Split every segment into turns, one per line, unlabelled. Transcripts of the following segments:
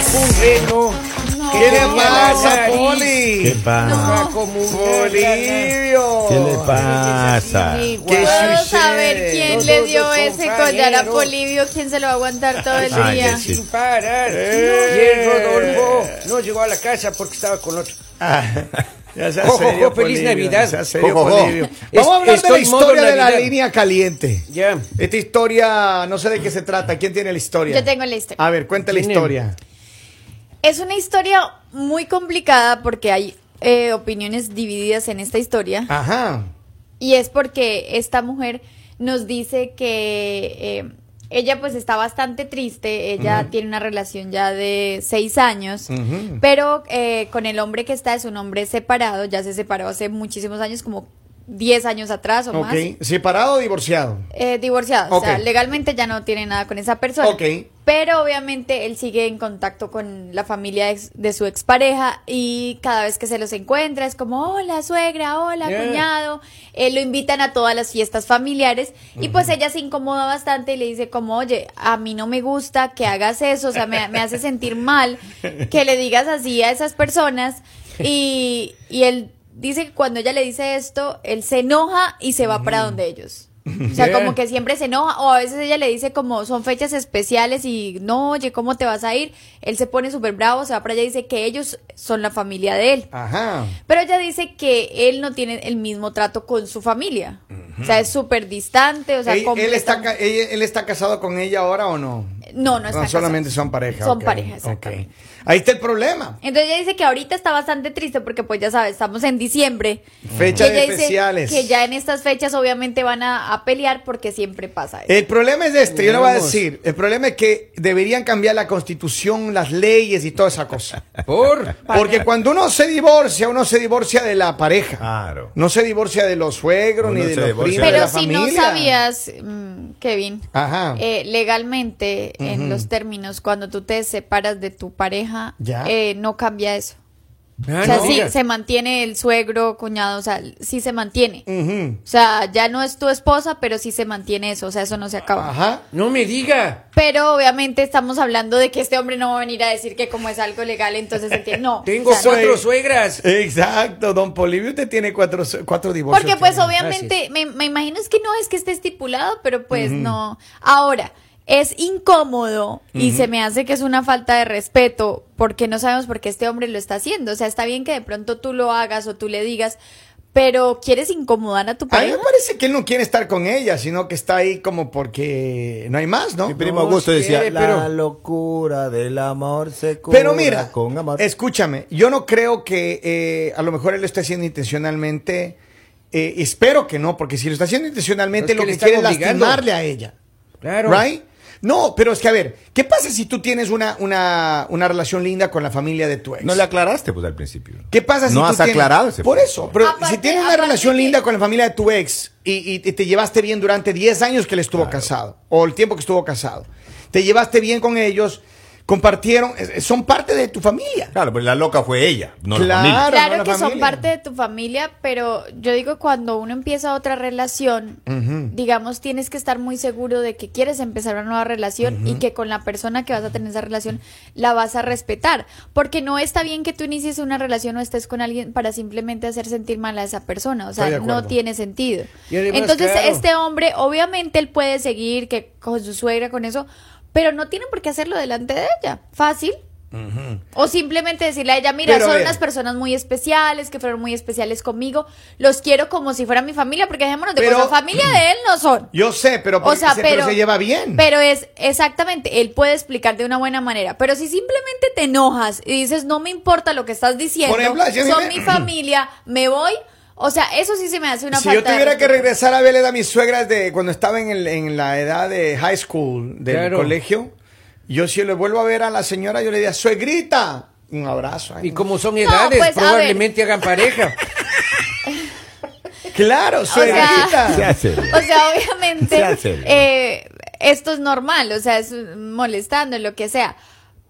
terreno. que
¿Qué le
tenía
pasa,
la nariz
Poli?
¿Qué pasa?
roja Como un
Bolivio.
¿Qué le pasa?
¿Qué
Ay,
Puedo
sucede?
saber quién
Los
le
dos
dio
son
ese collar a
compañeros.
Polivio, quién se lo va a aguantar todo el
Ah,
Ay,
día.
Dios.
Sin parar. Y el Rodolfo no llegó a la casa porque estaba con otro.
Ah, ya se
Jojojo,
serio,
feliz
Polivio,
Navidad.
ya se serio,
Jojojo.
Polivio.
Es-
Vamos a hablar de la
estoy en modo
historia de la
Navidad.
línea caliente.
Ya.
Esta historia, no sé de qué se trata. ¿Quién tiene la historia?
Yo tengo la historia.
A ver, cuenta la
¿Quién
historia.
Es una historia muy complicada porque hay eh, opiniones divididas en esta
Ah.
historia.
Ajá.
Y es porque esta mujer nos dice que eh, ella pues está bastante triste, ella tiene una relación ya de seis años,
Ujú.
pero eh, con el hombre que está es un hombre separado, ya se separó hace muchísimos años, como 10 años atrás o
Ok.
más.
¿Separado o divorciado?
Eh, divorciado, o sea,
Ok.
legalmente ya no tiene nada con esa persona.
Ok.
Pero obviamente él sigue en contacto con la familia ex- de su expareja y cada vez que se los encuentra es como, hola suegra, hola
Yeah.
cuñado. Eh, lo invitan a todas las fiestas familiares y pues ella se incomoda bastante y le dice como, oye, a mí no me gusta que hagas eso, o sea, me, me hace sentir mal que le digas así a esas personas. Y, y él dice que cuando ella le dice esto, él se enoja y se va para donde ellos. O sea,
Yeah.
como que siempre se enoja o a veces ella le dice como son fechas especiales y no, oye, ¿cómo te vas a ir? Él se pone súper bravo, se va para allá y dice que ellos son la familia de él.
Ajá.
Pero ella dice que él no tiene el mismo trato con su familia. O sea, es súper distante, o sea,
Ey, él,
completa-
está, ca- ella- él está casado con ella ahora o no?
No, no
No,
está casado.
solamente son pareja.
Son
ok,
pareja,
ok.
exactamente.
Ahí está el problema.
Entonces ella dice que ahorita está bastante triste porque pues ya sabes, estamos en diciembre.
Fechas
Que ella dice
especiales.
Que ya en estas fechas obviamente van a, a pelear porque siempre pasa eso.
El problema es este, yo le voy a
Vamos.
decir. El problema es que deberían cambiar la constitución, las leyes y toda esa cosa.
Por.
Porque cuando uno se divorcia, uno se divorcia de la pareja.
Claro.
No se divorcia de los suegros,
Uno
ni de
se
los
divorcia
primos, de
de
Pero
la
si no
familia. Ah.
sabías, mm, Kevin,
Ajá.
eh, legalmente en los términos, cuando tú te separas de tu pareja,
Ya.
eh, no cambia eso.
Ah,
o sea,
no.
sí, se mantiene el suegro, cuñado, o sea, sí se mantiene.
Ujú.
O sea, ya no es tu esposa, pero sí se mantiene eso, o sea, eso no se acaba.
Ajá.
No me diga.
Pero obviamente estamos hablando de que este hombre no va a venir a decir que como es algo legal, entonces se tiene- no.
Tengo
o sea, no.
cuatro
Sue-
suegras.
Eh,
Exacto, don Polivio, usted tiene cuatro, cuatro divorcios.
Porque pues
también.
obviamente, me, me imagino es que no es que esté estipulado, pero pues no. Ahora, es incómodo y se me hace que es una falta de respeto porque no sabemos por qué este hombre lo está haciendo. O sea, está bien que de pronto tú lo hagas o tú le digas, pero ¿quieres incomodar a tu
A mí
pareja?
me parece que él no quiere estar con ella, sino que está ahí como porque no hay más, ¿no?
Mi primo
No
Augusto decía,
quiere, pero-
la locura del amor se cura
Pero mira,
con amor.
escúchame, yo no creo que eh, a lo mejor él lo esté haciendo intencionalmente. eh, espero que no, porque si lo está haciendo intencionalmente,
Pero
lo
es que le
que
están
quiere es
obligando.
lastimarle a ella.
Claro.
Right? No, pero es que a ver, ¿qué pasa si tú tienes una, una, una relación linda con la familia de tu ex?
No le aclaraste pues al principio.
¿Qué pasa si
No
tú
has
tienes-
aclarado ese
Por
punto.
eso, pero
Aparte-
si tienes una
aparte
relación
que-
linda con la familia de tu ex y, y- y te llevaste bien durante 10 años que él estuvo casado, o el tiempo que estuvo casado, te llevaste bien con ellos, compartieron, eh, son parte de tu familia.
Claro, pues la loca fue ella, no la
Claro.
familia.
Claro,
no la
que son
familia.
parte de tu familia, pero yo digo cuando uno empieza otra relación, digamos, tienes que estar muy seguro de que quieres empezar una nueva relación y que con la persona que vas a tener esa relación la vas a respetar, porque no está bien que tú inicies una relación o estés con alguien para simplemente hacer sentir mal a esa persona, o
Estoy de
sea,
acuerdo.
no tiene sentido.
Y además,
Entonces,
claro.
este hombre, obviamente, él puede seguir que con su suegra, con eso, pero no tiene por qué hacerlo delante de ella, fácil. O simplemente decirle a ella, mira,
Pero a
son
ver.
unas personas muy especiales, que fueron muy especiales conmigo, los quiero como si fuera mi familia, porque dejémonos de
Pero-
cosas, familia de él no son.
Yo sé, pero,
O sea,
se,
pero,
se lleva bien.
Pero es exactamente, él puede explicar de una buena manera, pero si simplemente te enojas y dices, no me importa lo que estás diciendo,
Por ejemplo, si a mí
son
me-
mi familia, me voy, o sea, eso sí se me hace una
si
falta
yo
de
tuviera que
respeto.
regresar a verle a mis suegras de cuando estaba en, el- en la edad de high school, del
Claro.
colegio, yo si le vuelvo a ver a la señora, yo le diría, suegrita, un abrazo. ¿eh? ahí,
Y
¿no?
como son
No,
edades,
pues, a ver.
probablemente hagan pareja.
Claro, suegrita.
Se hace.
O sea,
Se
obviamente,
hace.
eh, esto es normal, o sea, es molestando, lo que sea.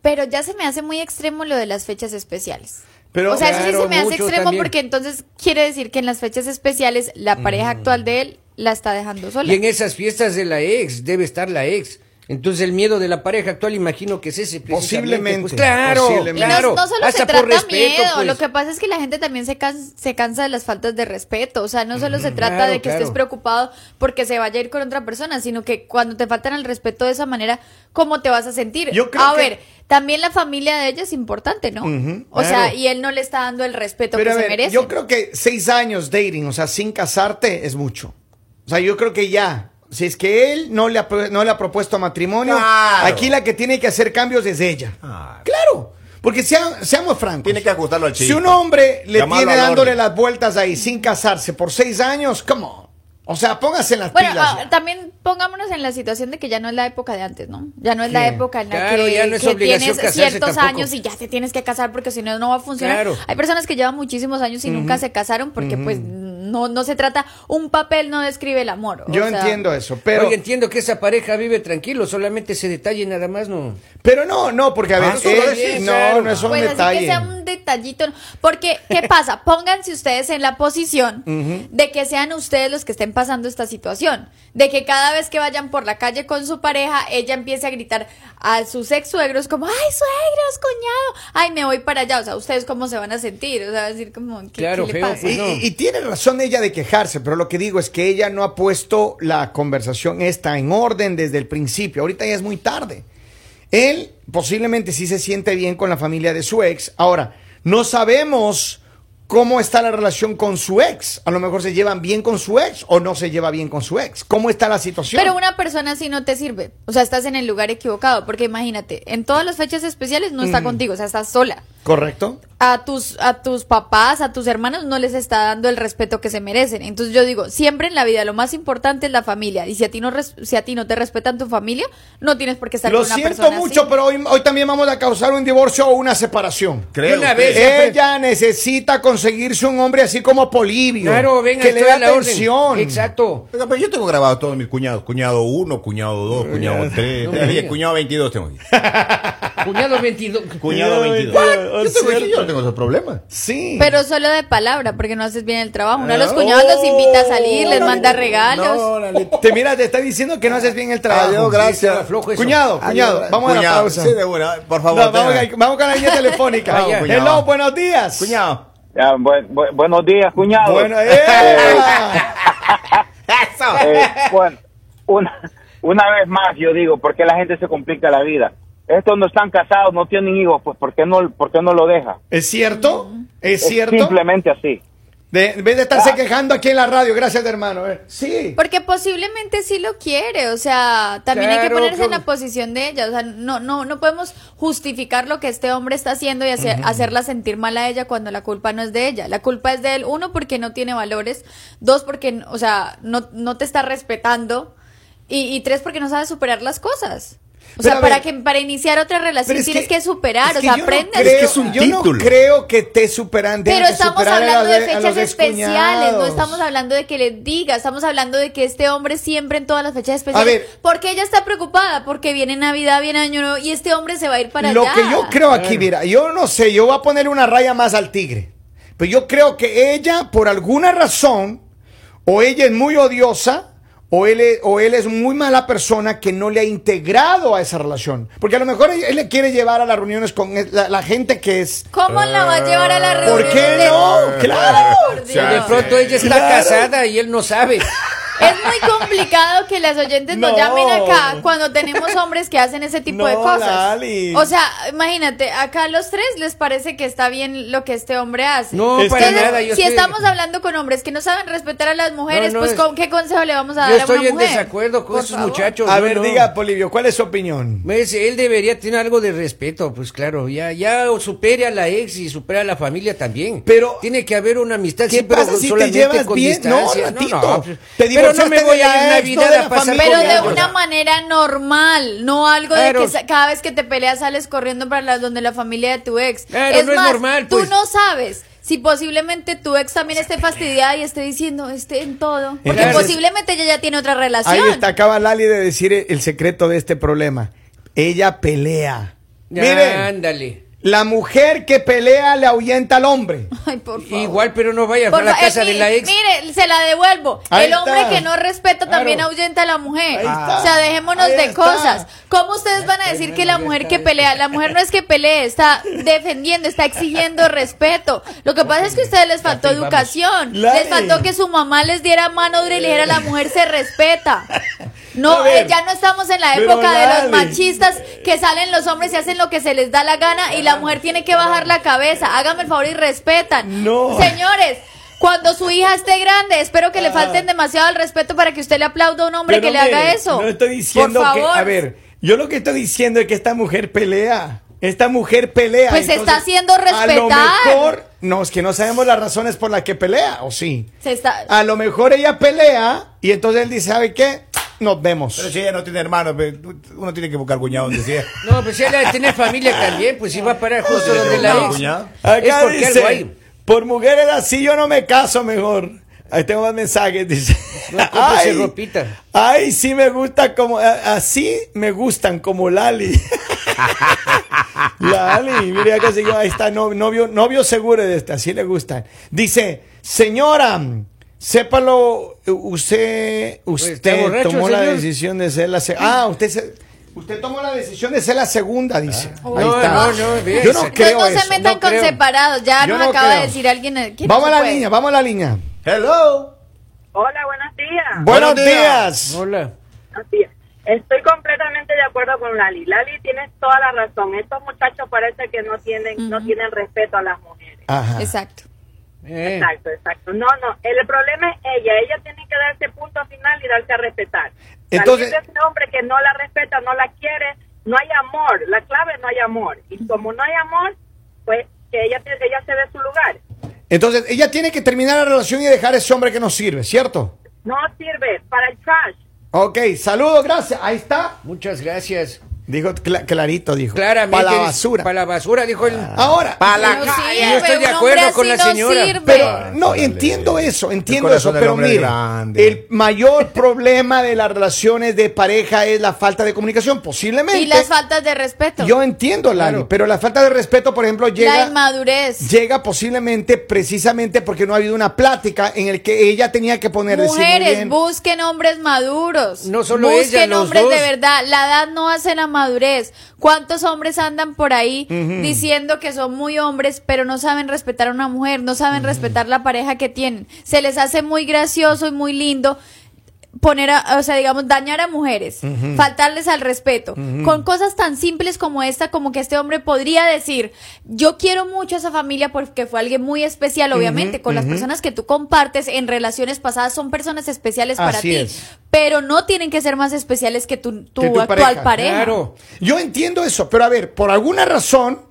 Pero ya se me hace muy extremo lo de las fechas especiales.
Pero-
o sea, eso sí
Claro,
se me hace
mucho
extremo
también.
porque entonces quiere decir que en las fechas especiales
Mm.
la pareja actual de él la está dejando sola.
Y en esas fiestas de la ex, debe estar la ex. Entonces el miedo de la pareja actual imagino que es ese precisamente.
Posiblemente,
Pues claro,
Y
posiblemente.
no-
claro.
no, solo se
hasta
trata
por respeto,
miedo,
pues.
lo que pasa es que la gente también se, can- se cansa de las faltas de respeto, o sea, no solo se trata
claro,
de que
claro.
estés preocupado porque se vaya a ir con otra persona, sino que cuando te faltan el respeto de esa manera, ¿cómo te vas a sentir?
Yo creo
a
que-
ver, también la familia de ella es importante, ¿no? o sea,
claro.
y él no le está dando el respeto
Pero
que
a
se
ver,
merece.
yo creo que seis años dating, o sea, sin casarte, es mucho. O sea, yo creo que ya. Si es que él no le ha, pro- no le ha propuesto matrimonio,
Claro.
aquí la que tiene que hacer cambios es
Ah.
ella.
Claro.
Claro. Porque sea- seamos francos.
Tiene que ajustarlo al
Si
chico.
un hombre le
Llamarlo
tiene
al
dándole
orden.
las vueltas ahí sin casarse por seis años, come on. O sea, póngase en las
Bueno,
pilas.
ah,
ya.
también pongámonos en la situación de que ya no es la época de antes, ¿no? Ya no es la
Sí.
época en la
Claro,
que,
ya no es
que
obligación
tienes
casarse
ciertos
tampoco.
años y ya te tienes que casar porque si no, no va a funcionar.
Claro.
Hay personas que llevan muchísimos años y nunca se casaron porque, pues, no, no se trata, un papel no describe el amor. o
Yo
sea,
entiendo eso, pero,
Oye, entiendo que esa pareja vive tranquilo, solamente ese detalle nada más no.
pero no, no, porque a
Ah,
ver,
solo
él-
decir,
no,
claro.
no es un
Pues así que
detalle.
sea un detallito. ¿no? Porque, ¿qué pasa? Pónganse ustedes en la posición de que sean ustedes los que estén pasando esta situación. De que cada vez que vayan por la calle con su pareja, ella empiece a gritar a sus ex suegros como, ay, suegros, cuñado, ay, me voy para allá. O sea, ¿ustedes cómo se van a sentir? O sea, decir como, ¿qué,
Claro,
qué le
feo,
pasa?
pues,
y,
no.
y- y tiene razón ella de quejarse, pero lo que digo es que ella no ha puesto la conversación esta en orden desde el principio. Ahorita ya es muy tarde. Él posiblemente sí se siente bien con la familia de su ex. Ahora, no sabemos cómo está la relación con su ex. A lo mejor se llevan bien con su ex o no se lleva bien con su ex. ¿Cómo está la situación?
Pero una persona así no te sirve. O sea, estás en el lugar equivocado. Porque imagínate, en todas las fechas especiales no está contigo, o sea, estás sola.
¿Correcto?
a tus, a tus papás, a tus hermanos, no les está dando el respeto que se merecen. Entonces yo digo, siempre en la vida lo más importante es la familia. Y si a ti no, res- si a ti no te respetan tu familia, no tienes por qué estar
Lo
con una
siento
persona
mucho,
así.
pero hoy, hoy también vamos a causar un divorcio o una separación.
Creo.
Una
creo.
vez- siempre-
Ella necesita conseguirse un hombre así como Polibio.
Claro, venga,
que le
estoy
dé
a la orden.
atención.
Exacto.
Oiga, pero yo tengo grabado todos mis cuñados. Cuñado 1, cuñado 2, cuñado 3.
No me digas.
cuñado 22 tengo aquí.
Cuñado 22.
Cuñado 22.
What?
Yo tengo, yo no tengo esos problemas.
Sí.
Pero solo de palabra, porque no haces bien el trabajo. Uno a los
Ah,
cuñados
oh,
los invita a salir, les
Lalita.
manda regalos.
No, Lalita.
Te mira, te está diciendo que no haces bien el trabajo.
Adiós, Ah, gracias.
aflojo eso.
Cuñado,
Adiós,
cuñado,
gracias.
vamos a la
Cuñado,
pausa.
sí, de una, por favor,
No, vamos,
tenga.
a- vamos con la línea telefónica.
Vamos,
cuñado.
Hello, buenos días.
Cuñado.
Ya, buen- buen- buenos días, cuñado.
Bueno,
Eh,
¡eh!
eh, bueno, una, una vez más yo digo, ¿por qué la gente se complica la vida? Estos no están casados, no tienen hijos, pues ¿por qué no, por qué no lo deja?
¿Es cierto? ¿Es
Es
cierto?
Simplemente así.
De- en vez de estarse quejando aquí en la radio, gracias hermano. eh. Sí.
Porque posiblemente sí lo quiere, o sea, también hay que
Claro,
ponerse
claro.
en la posición de ella, o sea, no no no podemos justificar lo que este hombre está haciendo y hacer- hacerla sentir mal a ella cuando la culpa no es de ella. La culpa es de él, uno porque no tiene valores, dos porque, o sea, no no te está respetando y, y tres porque no sabe superar las cosas. O
Pero
sea,
a
para
ver,
que para iniciar otra relación
Pero es
tienes que,
que-
superar,
es
o
que
sea,
yo no
aprendes.
creo-
Es que es un
yo
título.
no creo que te superan. dejan
Pero
de
estamos
superar a
hablando
las
de
a
fechas
los
especiales, no
excuñados.
estamos hablando de que le diga, estamos hablando de que este hombre siempre en todas las fechas especiales.
ver.
porque ella está preocupada, porque viene Navidad, viene Año Nuevo y este hombre se va a ir para
Lo
allá.
que yo creo aquí, mira, yo no sé, yo voy a ponerle una raya más al tigre. Pero yo creo que ella, por alguna razón, o ella es muy odiosa, o él es, o él es muy mala persona que no le ha integrado a esa relación. Porque a lo mejor él, él le quiere llevar a las reuniones con es- la, la gente que es.
¿Cómo la va a llevar a la reunión?
Ah, ¿Por qué
de-
no? Claro.
Por Dios.
De pronto ella está
Claro.
casada y él no sabe.
Es muy complicado que las oyentes nos
No.
llamen acá cuando tenemos hombres que hacen ese tipo de
No,
cosas.
Lali.
O sea, imagínate, acá a los tres les parece que está bien lo que este hombre hace.
No,
Es
para
que-
nada. Yo
si
estoy-
estamos hablando con hombres que no saben respetar a las mujeres,
No, no,
pues
es-
¿con qué consejo le vamos a
Yo
dar a una mujer?
estoy en desacuerdo con
Por
esos
favor.
muchachos.
A
yo
ver,
no.
diga, Polivio, ¿cuál es su opinión?
Me dice, él debería tener algo de respeto, pues claro, ya, ya supere a la ex y supere a la familia también.
Pero-
tiene que haber una amistad,
¿Qué
sí, pero
pasa si te
solamente
llevas
con
bien? No,
distancia.
ratito.
pues,
Te
pero no
divorciaste
me voy
de
a ir
la ex,
Navidad
no de
a
la
pasar
familia.
Pero
con
de
ellos.
una manera normal, no algo
Claro.
de que sa- cada vez que te peleas sales corriendo para la- donde la familia de tu ex.
Claro,
es
no es
más,
normal,
tú
pues.
no sabes si posiblemente tu ex también esté fastidiada y esté diciendo, esté en todo. Porque
Entonces-
posiblemente ella ya tiene otra
Ahí
relación.
está, acaba Lali de decir el secreto de este problema. Ella pelea.
Ya,
Miren,
Ándale.
La mujer que pelea le ahuyenta al hombre.
Ay, por favor.
Igual, pero no vayas
Por
a la
fa- eh,
casa de
mi-
la ex.
Mire, se la devuelvo.
Ahí
el hombre
está.
que no respeta también
Claro.
ahuyenta a la mujer.
Ahí está.
O sea, dejémonos
Ahí
de
está.
cosas. ¿Cómo ustedes van a decir que la mujer que pelea, la mujer no es que pelee, está defendiendo, está exigiendo respeto? Lo que pasa es que a ustedes les faltó
vamos.
educación.
Lari.
Les faltó que su mamá les diera mano dura y le dijera la mujer se respeta.
A
No,
ver,
eh, ya no estamos en la
pero
época de
Lari.
los machistas que salen los hombres y hacen lo que se les da la gana y la mujer tiene que bajar la cabeza. Hágame el favor y respetan.
No.
Señores, cuando su hija esté grande, espero que le falten demasiado al respeto para que usted le aplauda a un hombre
Pero
que le
mire,
haga eso.
No estoy diciendo
Por
que.
favor.
A ver, yo lo que estoy diciendo es que esta mujer pelea. Esta mujer pelea.
Pues se está haciendo
A
respetar.
lo mejor. No, es que no sabemos las razones por las que pelea, ¿o sí?
Se está...
A lo mejor ella pelea y entonces él dice, ¿sabe qué? Nos vemos.
Pero si ella no tiene hermanos, pues, uno tiene que buscar cuñado donde sea.
No, pues si ella de tener familia también, pues si va a parar justo
tiene
donde
que
la
buscar
ex.
cuñado.
Es
Acá
porque
dice,
algo hay.
por mujeres así yo no me caso mejor. Ahí tengo más mensajes, dice.
No, cómprese ropita.
ay, sí me gusta como, a- así me gustan como Lali. Lali, mire, ya consiguió, ahí está, no- novio, novio seguro de este, así le gustan. Dice, señora, sépalo, usted, usted
borracho,
tomó la
señor?
decisión de ser la se- Ah, usted se- Usted tomó la decisión de ser la segunda, dice.
Ah.
Ahí
No,
está.
no, no, bien,
Yo no
señor.
creo
Pues no, no se
eso.
metan
no
con
creo.
separados. Ya
Yo
nos
no
acaba
creo.
de decir alguien. ¿quién
Vamos a
se
la
fue?
línea, vamos a la línea.
Hello.
Hola, buenos días.
Buenos,
Buenos
días.
Hola.
Buenos días. Estoy completamente de acuerdo con Lali. Lali, tienes toda la razón. Estos muchachos parece que no tienen no
Ujú.
tienen respeto a las mujeres.
Ajá.
Exacto.
Eh,
Exacto, exacto. No, no, el problema es ella. Ella tiene que darse punto final y darse a respetar.
Entonces-
Salir de ese hombre que no la respeta, no la quiere, no hay amor. La clave es no hay amor. Y como no hay amor, pues que ella, que ella se dé su lugar.
Entonces, ella tiene que terminar la relación y dejar a ese hombre que nos sirve, ¿cierto?
No sirve para el trash.
Ok, saludos, gracias. Ahí está.
muchas gracias.
Dijo cla- clarito, dijo.
Claramente.
Para la
es-
basura. Ah.
Para la basura, dijo el.
Ahora.
la No calle. sirve,
Yo estoy de
un
acuerdo
hombre
con la
así no
señora.
sirve.
Pero no,
Ándale.
entiendo eso, entiendo
El
eso,
corazón del
pero
hombre es
mire,
grande.
el mayor problema de las relaciones de pareja es la falta de comunicación, posiblemente.
Y las faltas de respeto.
Yo entiendo, Lali,
Claro.
pero la falta de respeto, por ejemplo, llega
la inmadurez.
llega posiblemente precisamente porque no ha habido una plática en el que ella tenía que poner decir, muy
Mujeres,
bien,
busquen hombres maduros.
No solo ella,
busquen
los
hombres
dos.
de verdad. La edad no hace la madurez. ¿Cuántos hombres andan por ahí diciendo que son muy hombres, pero no saben respetar a una mujer, no saben respetar la pareja que tienen? Se les hace muy gracioso y muy lindo poner a, o sea, digamos, dañar a mujeres, faltarles al respeto, con cosas tan simples como esta, como que este hombre podría decir, yo quiero mucho a esa familia porque fue alguien muy especial, obviamente, con las personas que tú compartes en relaciones pasadas son personas especiales para
Así
ti,
es.
pero no tienen que ser más especiales que tu, tu
que tu
actual pareja.
Claro.
Yo entiendo eso, pero a ver, por alguna razón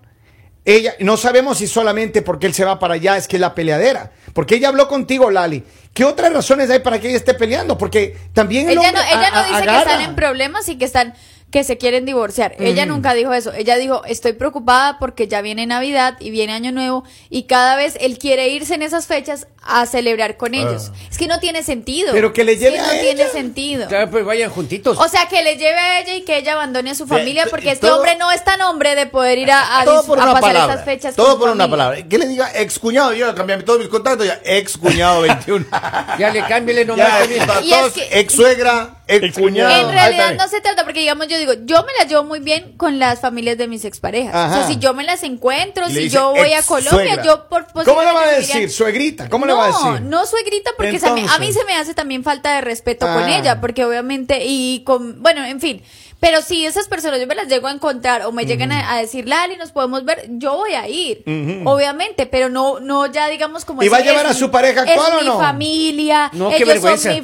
ella no sabemos si solamente porque él se va para allá es que es la peleadera, porque ella habló contigo, Lali. ¿Qué otras razones hay para que ella esté peleando? Porque también el
Ella no,
hombre
ella no
a- a- agarra.
dice
Mm.
que están en problemas y que están que se quieren divorciar. Ella nunca dijo eso. Ella dijo, estoy preocupada porque ya viene Navidad y viene Año Nuevo y cada vez él quiere irse en esas fechas a celebrar con ellos. Es que no tiene sentido.
Ah. Pero que le
Es
lleve
no
a ella.
tiene sentido.
Claro, pues vayan juntitos.
O sea, que le lleve a ella y que ella abandone a su familia
to-
porque
y
este
todo-
hombre no es tan hombre de poder ir a, a
todo
dis-
por
a
una
pasar
palabra.
esas fechas. con
todo
su
por una
familia.
palabra. ¿Qué le diga ex cuñado? Yo cambié todos mis contactos ya. Ex cuñado 21.
ya le cámbiale nomás
ya,
también.
Y es que-
ex suegra, ex cuñado.
En realidad no se trata, porque digamos, yo digo, yo me la llevo muy bien con las familias de mis exparejas.
Ajá.
O sea, si yo me las encuentro,
Le
si
dice
yo voy a
ex
Colombia,
suegra.
yo por
¿Cómo le
posiblemente
va a
me
decir,
dirían,
suegrita? ¿Cómo le
no,
va a decir?
No, suegrita, porque se me- a mí
Entonces.
se me hace también falta de respeto con
Ah.
ella, porque obviamente, y con, bueno, en fin. Pero si esas personas yo me las llego a encontrar o me llegan a, a decir, Lali, nos podemos ver, yo voy a ir, obviamente, pero no, no ya digamos como...
¿Y va a
ese,
llevar
es
a su
mi-
pareja actual
es
o no?
mi familia,
No, qué
ellos
vergüenza.
son mi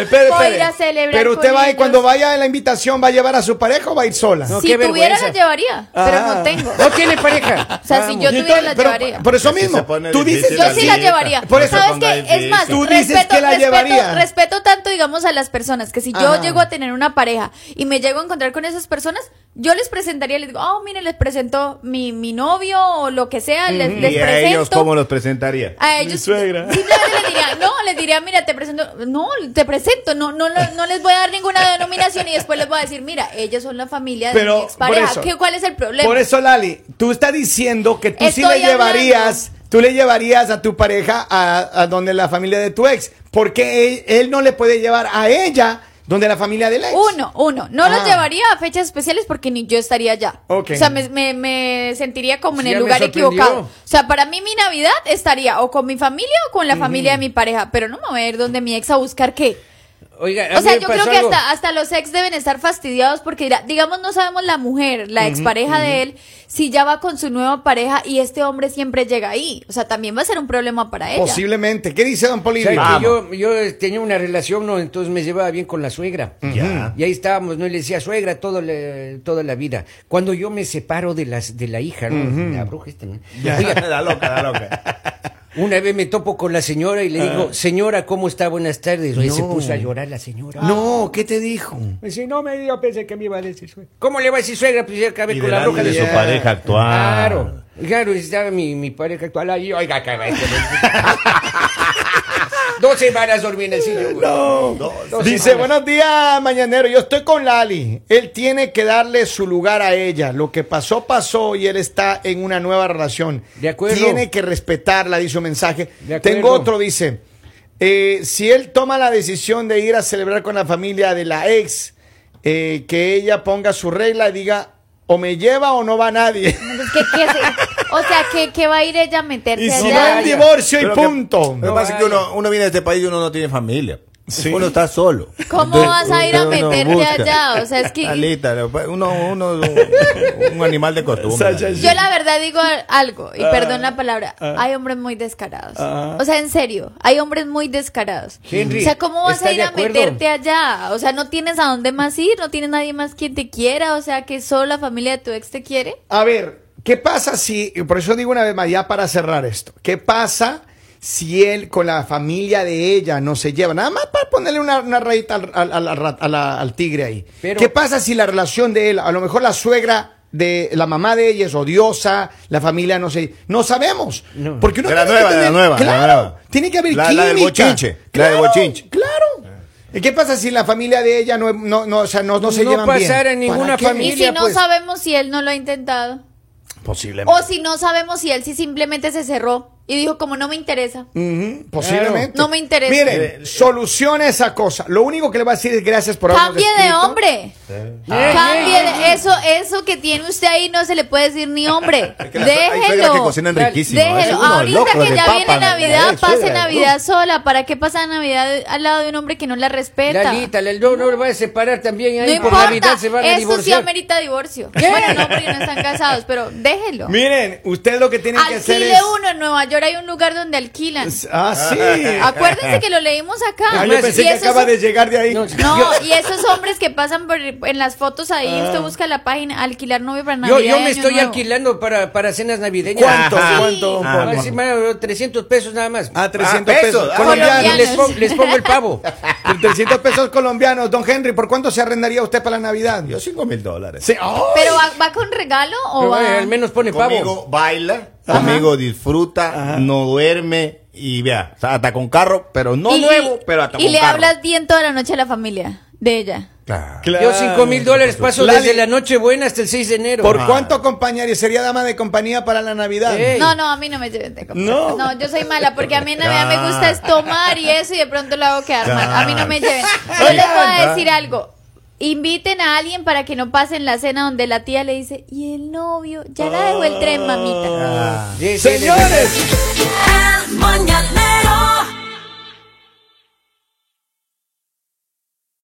Espere,
voy a ir
espere.
a celebrar
Pero usted
con
va y
ellos.
cuando vaya a la invitación, ¿va a llevar a su pareja o va a ir sola?
No,
si
qué
tuviera
vergüenza.
la llevaría, pero
Ah.
no tengo.
No tiene pareja.
O sea, si
Vamos.
yo
Y
tuviera la
entonces, pero
llevaría.
Por eso
Así se
mismo,
pone
tú dices...
difícil
Yo sí la
Lita.
llevaría.
Por eso-
¿Sabes
Ponga
qué?
difícil.
Es más,
Tú dices
respeto,
que la
respeto-
llevaría.
respeto tanto, digamos, a las personas que si yo
Ajá.
llego a tener una pareja y me llego a encontrar con esas personas, yo les presentaría, les digo, oh, miren, les presento mi, mi novio o lo que sea, les, les
Mm. ¿Y
presento.
a ellos cómo los presentaría?
A ellos
suegra.
simplemente les diría, no, les diría, mira, te presento, no, te presento, no, no, no, no les voy a dar ninguna relación y después les voy a decir, mira, ellas son la familia de
Pero,
mi expareja.
por eso-
¿Qué- ¿Cuál es el problema?
Por eso, Lali, tú estás diciendo que tú sí le
Estoy
llevarías, tú le llevarías a tu pareja a, a donde la familia de tu ex, porque él, él no le puede llevar a ella donde la familia del ex.
Uno, uno. No los
Ah.
llevaría a fechas especiales porque ni yo estaría allá.
Ok.
O sea, me, me- me sentiría como en
Sí,
el
ya me
lugar
sorprendió.
equivocado. O sea, para mí mi Navidad estaría o con mi familia o con la familia de mi pareja, pero no me voy a ir donde mi ex a buscar qué.
Oiga, a
O
mí
sea,
me
yo
pasó
creo que
algo.
hasta, hasta los ex deben estar fastidiados porque, dirá- digamos, no sabemos la mujer, la expareja de él, si ya va con su nueva pareja y este hombre siempre llega ahí. O sea, también va a ser un problema para ella.
Posiblemente. ¿Qué dice Don
O sea,
Polivio?
que
Ah,
Vamos.
yo, yo eh, tenía una relación, ¿no? entonces me llevaba bien con la suegra.
Ya.
Y ahí estábamos, ¿no? Y le decía suegra todo la- toda la vida. Cuando yo me separo de, las, de la hija, ¿no? La bruja esta, ¿no? Oiga,
da loca, da loca.
Una vez me topo con la señora y le
Ah.
digo, señora, ¿cómo está? Buenas tardes. Y se
No.
puso a llorar la señora.
No, ¿qué te dijo?
Me dice, no me yo pensé que me iba a decir suegra. ¿Cómo le va a decir suegra? Pues ya acabé
Y
con la
delante
bruja.
de su Ah.
Ya.
"Ah,
pareja actual.
Claro, claro, estaba mi, mi pareja actual ahí. Oiga, acabé. Dos semanas dormí en el sillón. güey. Dos
Dice,
semanas.
buenos días, mañanero. Yo estoy con Lali. Él tiene que darle su lugar a ella. Lo que pasó, pasó y él está en una nueva relación.
De acuerdo.
Tiene que respetarla, dice un mensaje.
De acuerdo.
Tengo otro, dice. eh, si él toma la decisión de ir a celebrar con la familia de la ex, eh, que ella ponga su regla y diga, o me lleva o no va nadie.
Pues, ¿qué- qué se- o sea, ¿qué, qué va a ir ella a meterse
y si
allá?
no, el
vaya.
divorcio y
Pero que-
punto.
No
Lo que pasa es que
vaya.
uno, uno viene de este país y uno no tiene familia. Uno está solo.
¿Cómo vas a ir a
uno
meterte
busca.
allá? O sea, es que-
Lalita, lo- uno, uno, un, un animal de costumbre.
Sacha,
Yo la verdad digo algo,
Ah,
y perdón la palabra, hay hombres muy descarados. O sea, en serio, hay hombres muy descarados.
Henry,
o sea, ¿cómo vas
¿estás
a ir
de
a
acuerdo?
meterte allá? O sea, no tienes a dónde más ir, no tienes nadie más quien te quiera, o sea, que solo la familia de tu ex te quiere.
A ver, ¿qué pasa si, por eso digo una vez más, ya para cerrar esto, ¿qué pasa si él con la familia de ella no se lleva? Nada más para ponerle una, una rayita al, al- al- al rat- a la- al tigre ahí.
Pero-
¿Qué pasa si la relación de él, a lo mejor la suegra de la mamá de ella es odiosa, la familia no se... No sabemos.
No.
Porque uno
De la
tiene que
nueva, de la
tener-
nueva, de la
Claro,
nueva.
tiene que haber
La- la
química.
del bochinche, la del
Claro,
bochinche. Ah.
Claro. ¿Y qué pasa si la familia de ella no, no, no, o sea, no, no se
No
llevan bien?
pasara en
¿Para
ninguna
qué?
familia.
Y si no
pues.
sabemos si él no lo ha intentado,
Posiblemente.
o si no sabemos si él sí simplemente se cerró y dijo, como no me interesa.
Ujú, posiblemente.
No me interesa.
Eh,
Miren, solución a esa cosa. Lo único que le voy a decir es gracias por habernos
Cambie de
escrito.
hombre.
Ah.
Cambie de eso, eso que tiene usted ahí no se le puede decir ni hombre.
Es que las- Hay suegras que
Déjelo.
cocinan
Déjelo.
riquísimo. Hacen
Déjelo.
unos
Ahorita
locros
que
de
ya
papa,
viene
¿no?
Navidad,
Eh,
pase
suegra,
Navidad sola. ¿Para qué pasa Navidad al lado de un hombre que no la respeta?
Lalita, la- no, no le va a separar también
No
ahí. por
importa.
Navidad se van a
Eso sí
divorciar.
amerita divorcio. Bueno, no, porque no están casados, pero déjelo.
Miren, ustedes lo que tienen que hacer
Alquile
es.
uno en Nueva York. Hay un lugar donde alquilan.
Ah, sí.
Acuérdense que lo leímos acá.
Ah, yo
Pues,
Además,
pensé
pues, Y
que
esos
acaba
son-
de llegar de ahí.
No,
No,
Yo- Ah.
y esos hombres que pasan por, en las fotos ahí, usted busca la página alquilar novio para Navidad.
Yo, yo
y
me
Año
estoy
Nuevo.
alquilando para, para cenas navideñas.
¿Cuánto?
Ajá.
¿Cuánto?
Ah,
Ah,
Pon-
sí, ma, 300 pesos nada más.
Ah, 300
Ah,
pesos.
pesos. Ah,
Y les,
Colombianos.
colombianos.
pon- les pongo el pavo.
300 pesos colombianos. Don Henry, ¿por cuánto se arrendaría usted para la Navidad?
Yo 5 mil dólares.
Sí. ¡Ay!
¿Pero va, va con regalo o
Pero,
va?
eh, al menos pone pavo.
Conmigo baila, conmigo disfruta, no duerme y vea, o sea, hasta con carro, pero no
Y-
nuevo, pero hasta
Y
con
le
carro.
hablas bien toda la noche a la familia de ella.
Claro.
Yo 5 mil dólares paso
Lali-
desde la noche buena hasta el 6 de enero.
¿Por
Ah.
cuánto acompañaría? Sería dama de compañía para la Navidad.
Sí. Ey.
No, no, a mí no me lleven de compras.
No.
No, yo soy mala porque a mí en Navidad me gusta es tomar y eso y de pronto lo hago quedar mal. A mí no me lleven. Yo les voy a decir algo. Inviten a alguien para que no pasen la cena donde la tía le dice, y el
Ah.
novio, ya la dejó el tren, mamita.
Sí, sí,
Señores.
sí.
El mañanero